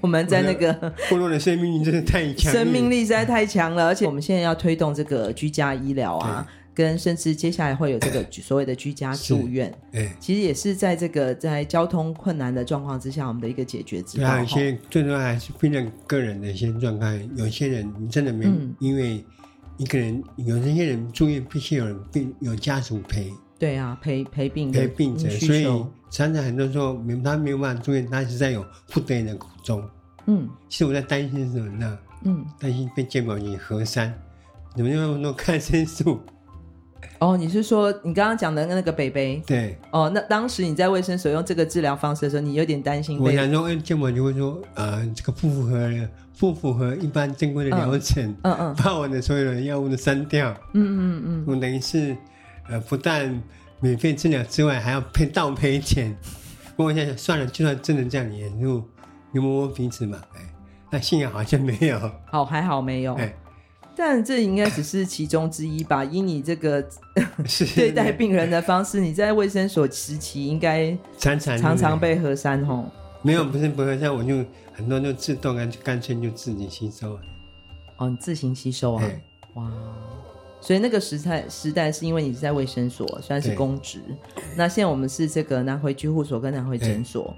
[SPEAKER 1] 我们在那个
[SPEAKER 3] 部落的生命力真的太强烈了，
[SPEAKER 1] 生命力实在太强了，而且我们现在要推动这个居家医疗啊，跟甚至接下来会有 这个所谓的居家住院，
[SPEAKER 3] 哎，
[SPEAKER 1] 其实也是在这个在交通困难的状况之下，我们的一个解决之
[SPEAKER 3] 对
[SPEAKER 1] 道
[SPEAKER 3] 啊，
[SPEAKER 1] 哈。
[SPEAKER 3] 有些最重要还是病人个人的一些状态。有些人你真的没，
[SPEAKER 1] 嗯
[SPEAKER 3] 因为一个人，有这些人住院必须有人病，有家属陪。
[SPEAKER 1] 对啊，陪陪病
[SPEAKER 3] 陪
[SPEAKER 1] 人
[SPEAKER 3] 病者，
[SPEAKER 1] 嗯需
[SPEAKER 3] 所以
[SPEAKER 1] 求
[SPEAKER 3] 常常很多时候没他没有办法住院，他实在有不得已的苦衷。
[SPEAKER 1] 嗯
[SPEAKER 3] 其实我在担心什么呢？
[SPEAKER 1] 嗯，
[SPEAKER 3] 担心被健保局核删，怎么那么多抗生素？
[SPEAKER 1] 哦，你是说你刚刚讲的那个北北？
[SPEAKER 3] 对，
[SPEAKER 1] 哦，那当时你在卫生所用这个治疗方式的时候，你有点担心
[SPEAKER 3] 我
[SPEAKER 1] 被
[SPEAKER 3] 想说，哎，健保局会说，呃，这个不符合不符合一般正规的疗程，
[SPEAKER 1] 嗯嗯
[SPEAKER 3] 把我的所有的药物都删掉。
[SPEAKER 1] 嗯嗯嗯，
[SPEAKER 3] 我等于是，呃，不但免费治疗之外，还要赔倒赔钱。不过我想想，算了，就算真的这样，也就你摸摸鼻子嘛。哎，那幸好好像没有。
[SPEAKER 1] 好哦还好没有，
[SPEAKER 3] 哎，
[SPEAKER 1] 但这应该只是其中之一 吧。以你这个
[SPEAKER 3] 是
[SPEAKER 1] 对待病人的方式，你在卫生所时期应该
[SPEAKER 3] 常常
[SPEAKER 1] 常常被核删吼。
[SPEAKER 3] 没有，不是不会，像我就很多就自动干干脆就自己吸收了。啊
[SPEAKER 1] 哦，你自行吸收啊
[SPEAKER 3] 哎，
[SPEAKER 1] 哇！所以那个时代时代是因为你是在卫生所，算是
[SPEAKER 3] 对
[SPEAKER 1] 公职。那现在我们是这个南回居护所跟南回诊所。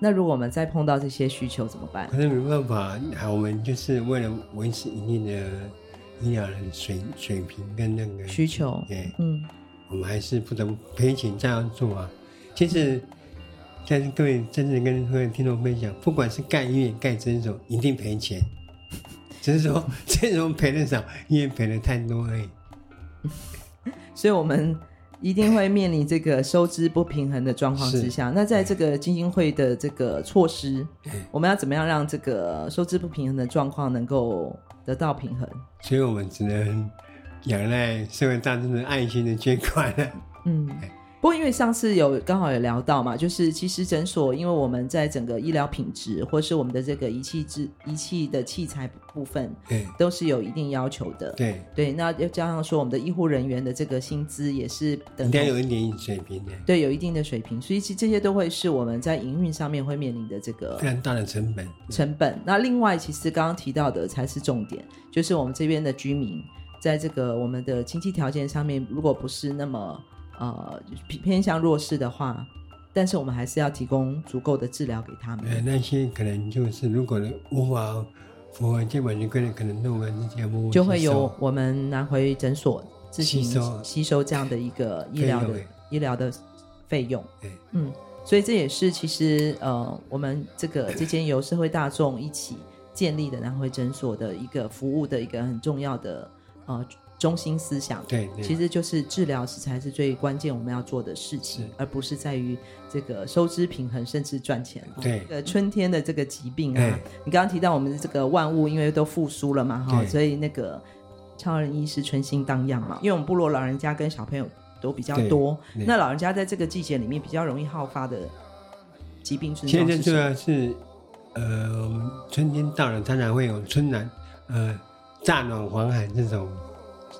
[SPEAKER 1] 那如果我们再碰到这些需求怎么办？
[SPEAKER 3] 可是没办法，啊，我们就是为了维持一定的医疗的水水平跟那个
[SPEAKER 1] 需求，
[SPEAKER 3] 对，
[SPEAKER 1] 嗯
[SPEAKER 3] 我们还是不得不赔钱这样做啊。其实但是各位真正跟各位听众分享，不管是盖医院、盖诊所，一定赔钱，只是说 诊所赔的少，医院赔的太多而已。
[SPEAKER 1] 所以我们一定会面临这个收支不平衡的状况之下。那在这个基金会的这个措施，我们要怎么样让这个收支不平衡的状况能够得到平衡？
[SPEAKER 3] 所以我们只能仰赖社会大众的爱心的捐款啊了。
[SPEAKER 1] 嗯。不过，因为上次有刚好有聊到嘛，就是其实诊所，因为我们在整个医疗品质或是我们的这个仪器制仪器的器材部分，
[SPEAKER 3] 对，
[SPEAKER 1] 都是有一定要求的。
[SPEAKER 3] 哎对
[SPEAKER 1] 对，那要加上说我们的医护人员的这个薪资也是等
[SPEAKER 3] 应该有一点水平的，
[SPEAKER 1] 对，有一定的水平，所以其实这些都会是我们在营运上面会面临的这个
[SPEAKER 3] 非常大的成本。
[SPEAKER 1] 成本。那另外，其实刚刚提到的才是重点，就是我们这边的居民在这个我们的经济条件上面，如果不是那么。呃，偏向弱势的话，但是我们还是要提供足够的治疗给他们。
[SPEAKER 3] 呃，那些可能就是如果无法符合监管机关的，可能弄完这些目
[SPEAKER 1] 就会由我们拿回诊所自行
[SPEAKER 3] 吸收
[SPEAKER 1] 吸收这样的一个医疗的医疗的费用。
[SPEAKER 3] 对，
[SPEAKER 1] 嗯，所以这也是其实呃，我们这个之间由社会大众一起建立的拿回诊所的一个服务的一个很重要的呃。中心思想，
[SPEAKER 3] 对，对
[SPEAKER 1] 其实就是治疗是才是最关键我们要做的事情，而不是在于这个收支平衡，甚至赚钱。
[SPEAKER 3] 对，
[SPEAKER 1] 呃，春天的这个疾病
[SPEAKER 3] 哎
[SPEAKER 1] 啊，你刚刚提到我们这个万物因为都复苏了嘛，哈，
[SPEAKER 3] 对
[SPEAKER 1] 所以那个超人医师春心荡漾嘛，因为我们部落老人家跟小朋友都比较多，
[SPEAKER 3] 对对
[SPEAKER 1] 那老人家在这个季节里面比较容易好发的疾病症
[SPEAKER 3] 现
[SPEAKER 1] 状是
[SPEAKER 3] 在
[SPEAKER 1] 什
[SPEAKER 3] 主
[SPEAKER 1] 么？
[SPEAKER 3] 要是呃，我们春天到了，当然会有春暖呃乍暖还寒这种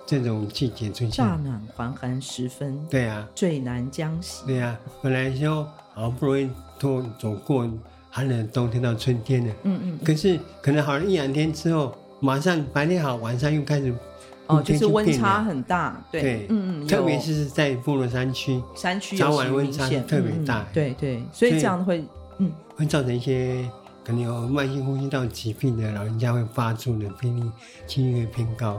[SPEAKER 3] 这种季节出现。
[SPEAKER 1] 乍暖还寒时分，
[SPEAKER 3] 对啊，
[SPEAKER 1] 最难将息。
[SPEAKER 3] 对啊，本来说好不容易都走过寒冷的冬天到春天了，
[SPEAKER 1] 嗯嗯，
[SPEAKER 3] 可是可能好了一两天之后，马上白天好，晚上又开始
[SPEAKER 1] 哦，就
[SPEAKER 3] 天
[SPEAKER 1] 是
[SPEAKER 3] 气
[SPEAKER 1] 温
[SPEAKER 3] 变
[SPEAKER 1] 差
[SPEAKER 3] 凉
[SPEAKER 1] 很大，对，
[SPEAKER 3] 对，
[SPEAKER 1] 嗯嗯，
[SPEAKER 3] 特别
[SPEAKER 1] 有
[SPEAKER 3] 是在部落山区，
[SPEAKER 1] 山区
[SPEAKER 3] 早
[SPEAKER 1] 有
[SPEAKER 3] 晚
[SPEAKER 1] 其
[SPEAKER 3] 温
[SPEAKER 1] 明
[SPEAKER 3] 差
[SPEAKER 1] 显
[SPEAKER 3] 特别
[SPEAKER 1] 嗯嗯
[SPEAKER 3] 大
[SPEAKER 1] 对对，所以
[SPEAKER 3] 所
[SPEAKER 1] 这
[SPEAKER 3] 以
[SPEAKER 1] 样会嗯
[SPEAKER 3] 会造成一些可能有慢性呼吸道疾病的老人家会发作的病例几率会偏高。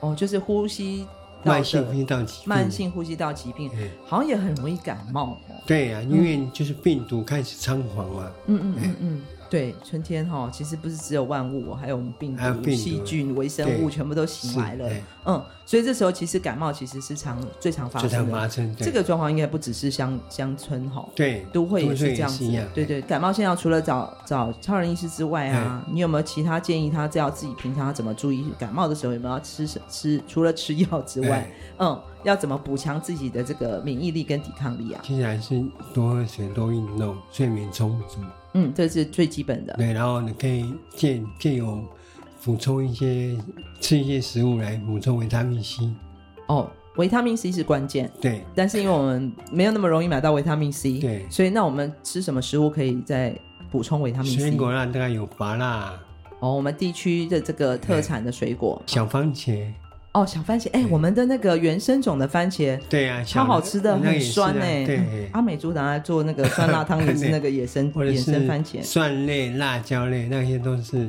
[SPEAKER 1] 哦，就是呼吸道
[SPEAKER 3] 慢性呼
[SPEAKER 1] 的
[SPEAKER 3] 吸道疾病，
[SPEAKER 1] 慢性呼吸道疾病，
[SPEAKER 3] 嗯
[SPEAKER 1] 好像也很容易感冒哦。
[SPEAKER 3] 对呀、因为就是病毒开始猖狂嘛，
[SPEAKER 1] 嗯嗯嗯嗯，对，春天哈、其实不是只有万物哦，还有我们病
[SPEAKER 3] 还有
[SPEAKER 1] 毒、
[SPEAKER 3] 病毒
[SPEAKER 1] 细菌、微生物
[SPEAKER 3] 对
[SPEAKER 1] 全部都袭来了
[SPEAKER 3] 是哎对。
[SPEAKER 1] 嗯，所以这时候其实感冒其实是常最常发
[SPEAKER 3] 就常
[SPEAKER 1] 生的
[SPEAKER 3] 发。生。对
[SPEAKER 1] 这个状况应该不只是乡乡村哈、
[SPEAKER 3] 对
[SPEAKER 1] 都会也
[SPEAKER 3] 也
[SPEAKER 1] 是这样
[SPEAKER 3] 是
[SPEAKER 1] 子
[SPEAKER 3] 一样，，哎
[SPEAKER 1] 对对，感冒现在除了找找超人医师之外啊，你有没有其他建议？他这要自己平常要怎么注意？感冒的时候有没有要吃什吃？除了吃药之外
[SPEAKER 3] 哎，
[SPEAKER 1] 嗯，要怎么补强自己的这个免疫力跟抵抗力啊？
[SPEAKER 3] 接下来是多喝水、多运动、睡眠充足。
[SPEAKER 1] 嗯，这是最基本的。
[SPEAKER 3] 对，然后你可以借借由补充一些吃一些食物来补充维他命 C。
[SPEAKER 1] 哦，维他命 C 是关键，
[SPEAKER 3] 对，
[SPEAKER 1] 但是因为我们没有那么容易买到维他命 C，
[SPEAKER 3] 对
[SPEAKER 1] 所以那我们吃什么食物可以再补充维他命
[SPEAKER 3] 水
[SPEAKER 1] C？
[SPEAKER 3] 果啦，大概有芭乐、
[SPEAKER 1] 哦，我们地区的这个特产的水果，
[SPEAKER 3] 小番茄。
[SPEAKER 1] 哦，小番茄，哎，我们的那个原生种的番茄，
[SPEAKER 3] 对啊，
[SPEAKER 1] 超
[SPEAKER 3] 小
[SPEAKER 1] 好吃的，
[SPEAKER 3] 那个
[SPEAKER 1] 很
[SPEAKER 3] 也是
[SPEAKER 1] 酸
[SPEAKER 3] 啊
[SPEAKER 1] 哎、
[SPEAKER 3] 对，
[SPEAKER 1] 阿美族拿来做那个酸辣汤也是
[SPEAKER 3] 对
[SPEAKER 1] 那个野生
[SPEAKER 3] 或者
[SPEAKER 1] 野生
[SPEAKER 3] 是
[SPEAKER 1] 番茄
[SPEAKER 3] 蒜类、辣椒类那些都是，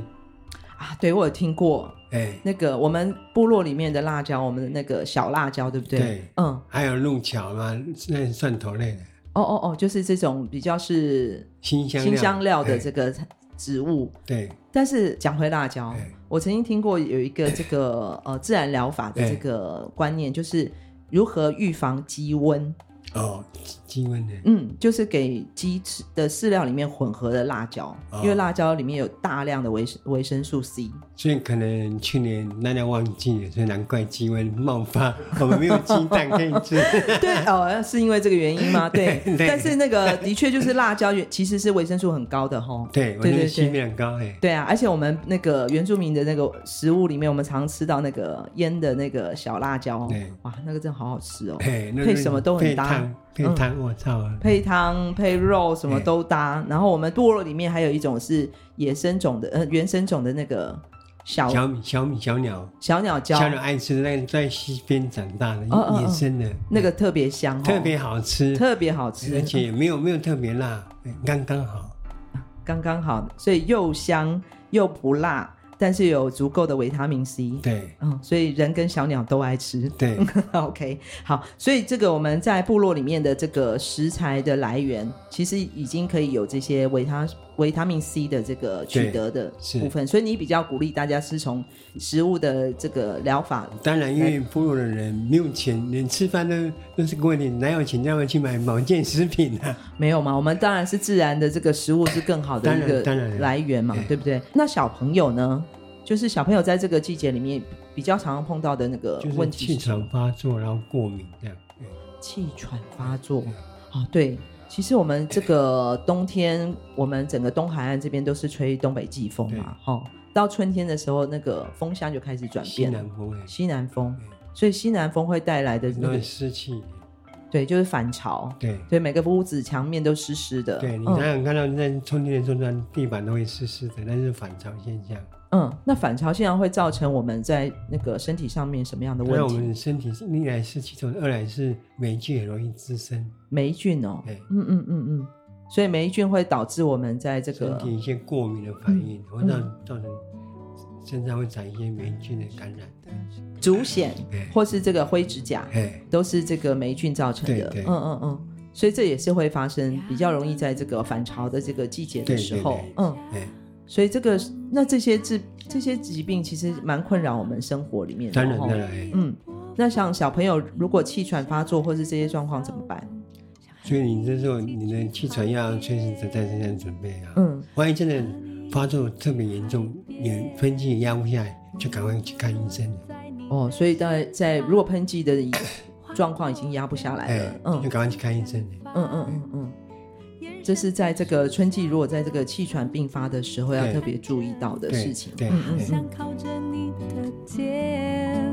[SPEAKER 1] 啊。对，我有听过
[SPEAKER 3] 哎，
[SPEAKER 1] 那个我们部落里面的辣椒，我们的那个小辣椒，对不对？
[SPEAKER 3] 对
[SPEAKER 1] 嗯，
[SPEAKER 3] 还有鹿角嘛，那蒜头类的。
[SPEAKER 1] 哦哦哦，就是这种比较是
[SPEAKER 3] 新香料
[SPEAKER 1] 新香料的
[SPEAKER 3] 哎
[SPEAKER 1] 这个植物。
[SPEAKER 3] 对
[SPEAKER 1] 但是讲回辣椒
[SPEAKER 3] 哎，
[SPEAKER 1] 我曾经听过有一个这个呃自然疗法的
[SPEAKER 3] 哎
[SPEAKER 1] 这个观念，就是如何预防鸡瘟。
[SPEAKER 3] 哦，鸡鸡瘟的
[SPEAKER 1] 嗯，就是给鸡吃的饲料里面混合了辣椒，
[SPEAKER 3] 哦
[SPEAKER 1] 因为辣椒里面有大量的维生维生素 C。
[SPEAKER 3] 所以可能去年大家忘记了，所以难怪鸡瘟冒发， 我们没有鸡蛋可以 吃。
[SPEAKER 1] 对哦，是因为这个原因吗？对，
[SPEAKER 3] 对
[SPEAKER 1] 但是那个的确就是辣椒原其实是维生素很高的吼。
[SPEAKER 3] 对，我
[SPEAKER 1] 对
[SPEAKER 3] 觉得
[SPEAKER 1] 对
[SPEAKER 3] 吸
[SPEAKER 1] 对。
[SPEAKER 3] 非常高哎，
[SPEAKER 1] 对啊，而且我们那个原住民的那个食物里面，我们常吃到那个腌的那个小辣椒
[SPEAKER 3] 对，
[SPEAKER 1] 哇，那个真的好好吃哦！
[SPEAKER 3] 哎，那
[SPEAKER 1] 配
[SPEAKER 3] 个
[SPEAKER 1] 什么都很
[SPEAKER 3] 配
[SPEAKER 1] 搭
[SPEAKER 3] 汤，配
[SPEAKER 1] 嗯
[SPEAKER 3] 汤，我操啊！
[SPEAKER 1] 配汤、配肉，什么
[SPEAKER 3] 对
[SPEAKER 1] 都搭。然后我们部落里面还有一种是野生种的，呃，原生种的那个小
[SPEAKER 3] 小米、小米、小鸟，
[SPEAKER 1] 小鸟椒，
[SPEAKER 3] 小鸟爱吃的那个在溪边长大的
[SPEAKER 1] 哦哦哦
[SPEAKER 3] 野生的，
[SPEAKER 1] 那个特别香、哦，
[SPEAKER 3] 特别好吃，
[SPEAKER 1] 特别好吃，
[SPEAKER 3] 而且也没有没有特别辣，哎刚刚好。
[SPEAKER 1] 刚刚好，所以又香又不辣，但是有足够的维他命 C。
[SPEAKER 3] 对
[SPEAKER 1] 嗯，所以人跟小鸟都爱吃。
[SPEAKER 3] 对
[SPEAKER 1] OK，好，所以这个我们在部落里面的这个食材的来源，其实已经可以有这些维他维他命 C 的这个取
[SPEAKER 3] 对
[SPEAKER 1] 得的
[SPEAKER 3] 是
[SPEAKER 1] 部分，所以你比较鼓励大家是从食物的这个疗法，
[SPEAKER 3] 当然，因为部落的人没有钱，连吃饭都都是个问题，哪有钱让他们去买保健食品啊？
[SPEAKER 1] 没有嘛？我们当然是自然的这个食物是更好的
[SPEAKER 3] 当
[SPEAKER 1] 一
[SPEAKER 3] 然
[SPEAKER 1] 个
[SPEAKER 3] 当然
[SPEAKER 1] 来源嘛
[SPEAKER 3] 哎，
[SPEAKER 1] 对不对？那小朋友呢？就是小朋友在这个季节里面比较常常碰到的那个
[SPEAKER 3] 就
[SPEAKER 1] 呃问
[SPEAKER 3] 是
[SPEAKER 1] 题
[SPEAKER 3] 气
[SPEAKER 1] 是什么
[SPEAKER 3] 场发作，然后过敏这样。对
[SPEAKER 1] 气喘发
[SPEAKER 3] 嗯
[SPEAKER 1] 作。啊，对，其实我们这个冬天，我们整个东海岸这边都是吹东北季风嘛，哈、到春天的时候，那个风向就开始转
[SPEAKER 3] 西
[SPEAKER 1] 变
[SPEAKER 3] 南
[SPEAKER 1] 了，
[SPEAKER 3] 风哎，
[SPEAKER 1] 西南风，所以西南风会带来的那
[SPEAKER 3] 那
[SPEAKER 1] 个，
[SPEAKER 3] 湿气，
[SPEAKER 1] 对，就是反潮，
[SPEAKER 3] 对
[SPEAKER 1] 对，每个屋子墙面都湿湿的，
[SPEAKER 3] 对，你
[SPEAKER 1] 嗯
[SPEAKER 3] 想想看到那充电的时候，那地板都会湿湿的，那是反潮现象。
[SPEAKER 1] 嗯，那反潮现象会造成我们在那个身体上面什么样的
[SPEAKER 3] 当然，
[SPEAKER 1] 问
[SPEAKER 3] 啊我
[SPEAKER 1] 题？
[SPEAKER 3] 们身体是一来是气重，二来是霉菌很容易滋生，
[SPEAKER 1] 霉菌哦，
[SPEAKER 3] 哎，
[SPEAKER 1] 嗯嗯嗯嗯，所以霉菌会导致我们在这
[SPEAKER 3] 身
[SPEAKER 1] 个
[SPEAKER 3] 体一些过敏的反应，
[SPEAKER 1] 啊
[SPEAKER 3] 会
[SPEAKER 1] 嗯
[SPEAKER 3] 让造成身上会长一些霉菌的感染。
[SPEAKER 1] 竹藓
[SPEAKER 3] 哎
[SPEAKER 1] 或是这个灰指甲，
[SPEAKER 3] 哎，
[SPEAKER 1] 都是这个霉菌造成的。
[SPEAKER 3] 对对
[SPEAKER 1] 嗯嗯嗯，所以这也是会发生，比较容易在这个反潮的这个季节的时候，
[SPEAKER 3] 对对对
[SPEAKER 1] 嗯，
[SPEAKER 3] 哎，
[SPEAKER 1] 所以这个那这些治这些疾病其实蛮困扰我们生活里面的。
[SPEAKER 3] 当然
[SPEAKER 1] 哦
[SPEAKER 3] 当然，哎
[SPEAKER 1] 嗯，那像小朋友如果气喘发作或是这些状况怎么办？
[SPEAKER 3] 所以你这时候你的气喘要随时的在身上准备啊。
[SPEAKER 1] 嗯，
[SPEAKER 3] 万一真的发作特别严重，你喷气也压不下来，就赶快去看医生了。
[SPEAKER 1] 哦，所以在在如果喷剂的状况已经压不下来了
[SPEAKER 3] 哎，，
[SPEAKER 1] 嗯
[SPEAKER 3] 就赶快去看医生了。
[SPEAKER 1] 嗯嗯嗯嗯。这是在这个春季，如果在这个气喘病发的时候，要
[SPEAKER 3] 对
[SPEAKER 1] 特别注意到的
[SPEAKER 3] 对
[SPEAKER 1] 事情。
[SPEAKER 3] 对哎
[SPEAKER 1] 嗯嗯嗯。
[SPEAKER 3] 对
[SPEAKER 5] 想靠着你的肩，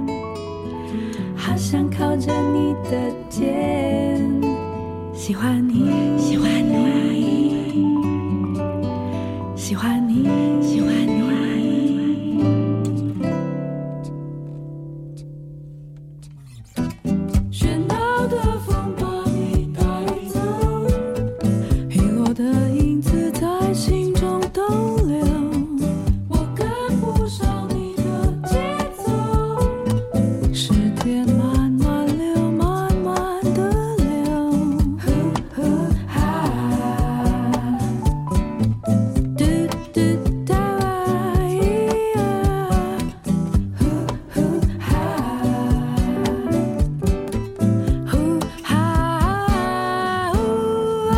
[SPEAKER 5] 好想靠着你的肩，喜欢你，喜欢你，喜欢你，喜欢你。喧闹的风把你带走，遗落的影子在心中逗留。我跟不上你的节奏，时间慢慢流，慢慢的流。呼呼哈，嘟嘟哒咿呀，呼呼哈。呼哈呜啊！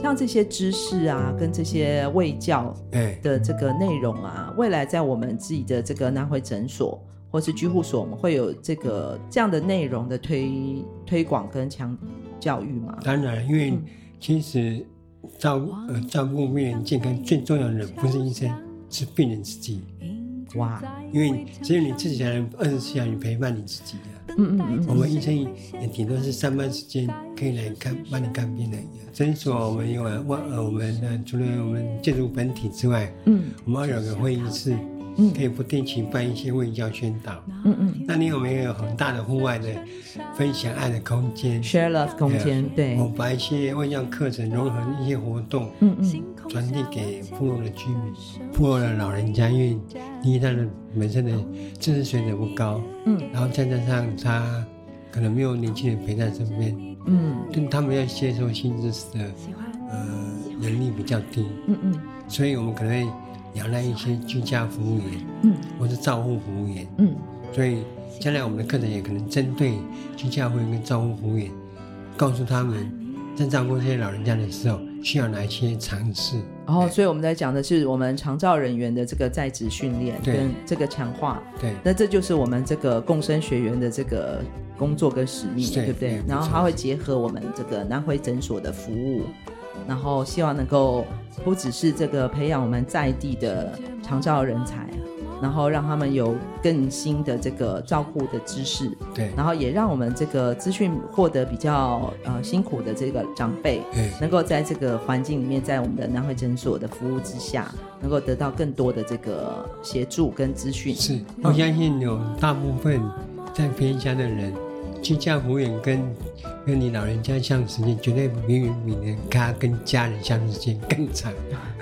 [SPEAKER 1] 像这些知识啊，跟这些卫教
[SPEAKER 3] 哎，
[SPEAKER 1] 的这个内容啊，未来在我们自己的这个南回诊所或是居护所，我们会有这个这样的内容的推推广跟强教育嘛？
[SPEAKER 3] 当然，因为
[SPEAKER 1] 嗯
[SPEAKER 3] 其实照呃照顾病人健康最重要的不是医生，是病人自己。
[SPEAKER 1] 哇，
[SPEAKER 3] 因为只有你自己才能二十四小时陪伴你自己啊。
[SPEAKER 1] 嗯嗯嗯
[SPEAKER 3] 我们医生也顶多是上班时间可以来看帮你看病人一样。诊所我们有啊外呃我们的除了我们建筑本体之外，
[SPEAKER 1] 嗯
[SPEAKER 3] 我们还有个会议室，
[SPEAKER 1] 嗯
[SPEAKER 3] 可以不定期办一些卫教宣导。
[SPEAKER 1] 嗯嗯
[SPEAKER 3] 那你有没有很大的户外的分享爱的空间？
[SPEAKER 1] ，share love 空间，对，啊
[SPEAKER 3] 我把一些卫教课程融合一些活动，
[SPEAKER 1] 嗯嗯，
[SPEAKER 3] 传递给部落的居民、部落的老人家，因为第一他的本身的知识水准不高，
[SPEAKER 1] 嗯，
[SPEAKER 3] 然后再加上他可能没有年轻人陪在身边，
[SPEAKER 1] 嗯
[SPEAKER 3] 但他们要接受新知识的呃能力比较低，
[SPEAKER 1] 嗯嗯
[SPEAKER 3] 所以我们可能会仰赖一些居家服务员
[SPEAKER 1] 嗯
[SPEAKER 3] 或是照护服务员，
[SPEAKER 1] 嗯，
[SPEAKER 3] 所以将来我们的课程也可能针对居家服务员跟照护服务员，告诉他们在照顾这些老人家的时候需要哪一些尝试。
[SPEAKER 1] 然后所以我们在讲的是我们长照人员的这个在职训练
[SPEAKER 3] 对
[SPEAKER 1] 跟这个强化，
[SPEAKER 3] 对。
[SPEAKER 1] 那这就是我们这个共生学员的这个工作跟使命，
[SPEAKER 3] 是
[SPEAKER 1] 对不对
[SPEAKER 3] 嗯？
[SPEAKER 1] 然后
[SPEAKER 3] 没错
[SPEAKER 1] 它会结合我们这个南回诊所的服务，然后希望能够呃不只是这个培养我们在地的长照人才，然后让他们有更新的这个照顾的知识，
[SPEAKER 3] 对，
[SPEAKER 1] 然后也让我们这个资讯获得比较呃辛苦的这个长辈，
[SPEAKER 3] 哎，
[SPEAKER 1] 能够在这个环境里面，在我们的南汇诊所的服务之下，能够得到更多的这个协助跟资讯。嗯
[SPEAKER 3] 是，我相信有大部分在偏乡的人，居家服务员跟跟你老人家相处时间，绝对比你你他跟家人相处时间更长。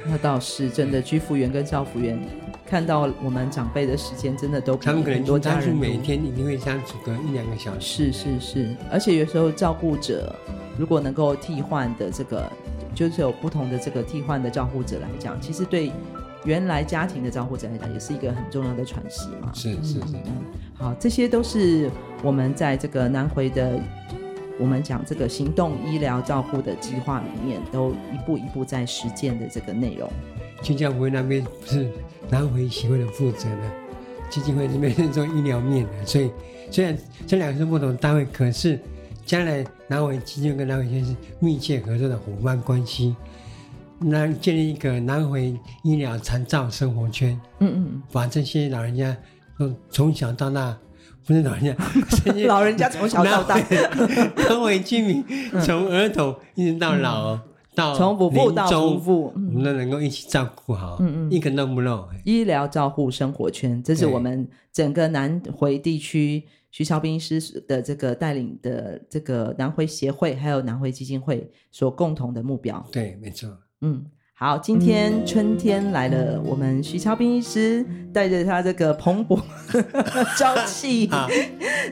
[SPEAKER 1] 那倒是真
[SPEAKER 3] 嗯
[SPEAKER 1] 的，居服员跟照服员看到我们长辈的时间，真的都比
[SPEAKER 3] 他们可
[SPEAKER 1] 很多
[SPEAKER 3] 能
[SPEAKER 1] 家
[SPEAKER 3] 他是
[SPEAKER 1] 人
[SPEAKER 3] 每
[SPEAKER 1] 多
[SPEAKER 3] 天一定会相处个一两个小时。
[SPEAKER 1] 是是是，而且有时候照顾者如果能够替换的这个，就是有不同的这个替换的照顾者来讲，其实对原来家庭的照顾者来讲，也是一个很重要的喘息嘛。嗯
[SPEAKER 3] 是是是，
[SPEAKER 1] 好，这些都是我们在这个南回的，我们讲这个行动医疗照护的计划里面，都一步一步在实践的这个内容。
[SPEAKER 3] 居家服务那边不是南回协会的负责的，基金会这边是做医疗面的，所以虽然这两个是不同单位，可是将来南回基金会跟南回协会是密切合作的伙伴关系。那建立一个南回医疗长照生活圈，
[SPEAKER 1] 嗯嗯
[SPEAKER 3] 把这些老人家都从小到大，不是老人家，这
[SPEAKER 1] 嗯，
[SPEAKER 3] 些
[SPEAKER 1] 老人家从小到大，
[SPEAKER 3] 南回居民从儿童一直到老哦，到
[SPEAKER 1] 嗯从不
[SPEAKER 3] 临
[SPEAKER 1] 步到
[SPEAKER 3] 终
[SPEAKER 1] 不步，
[SPEAKER 3] 我们都能够一起照顾好，一个都不哎漏。
[SPEAKER 1] 医疗照护生活圈，这是
[SPEAKER 3] 对
[SPEAKER 1] 我们整个南回地区徐超斌医师的这个带领的这个南回协会还有南回基金会所共同的目标。
[SPEAKER 3] 对，没错。
[SPEAKER 1] 嗯，好，今天春天来了，我们徐超斌医师带着他这个蓬勃 朝 气
[SPEAKER 3] 啊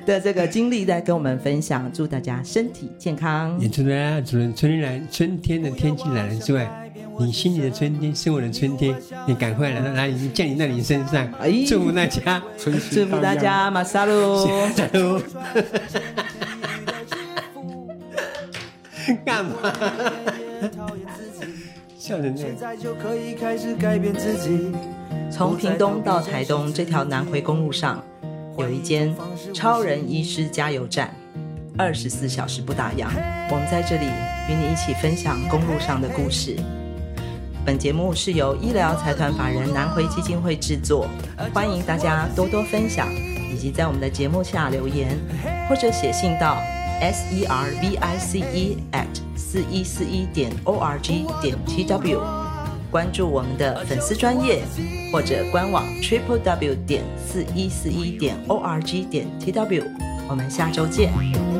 [SPEAKER 1] 的这个经历，在跟我们分享，祝大家身体健康
[SPEAKER 3] 也。除了啊除了春天来春天的天气来了之外，你心里的春天，生活的春天，你赶快来到来你降临到你身上
[SPEAKER 1] 哎，
[SPEAKER 3] 祝福大家。
[SPEAKER 6] 春心
[SPEAKER 1] 祝福大家马萨路，
[SPEAKER 3] 干嘛？ 笑成这样
[SPEAKER 4] 现。在就可以开始改变自己。
[SPEAKER 7] 从屏东到台东这条南回公路上，有一间超人医师加油站，二十四小时不打烊。我们在这里与你一起分享公路上的故事。本节目是由医疗财团法人南回基金会制作，欢迎大家多多分享，以及在我们的节目下留言，或者写信到 s e r v i c e at 四一四一点 o r g 点 t w，关注我们的粉丝专业或者官网 triple w 点四一四一点 o r g 点 t w，我们下周见。
[SPEAKER 5] 我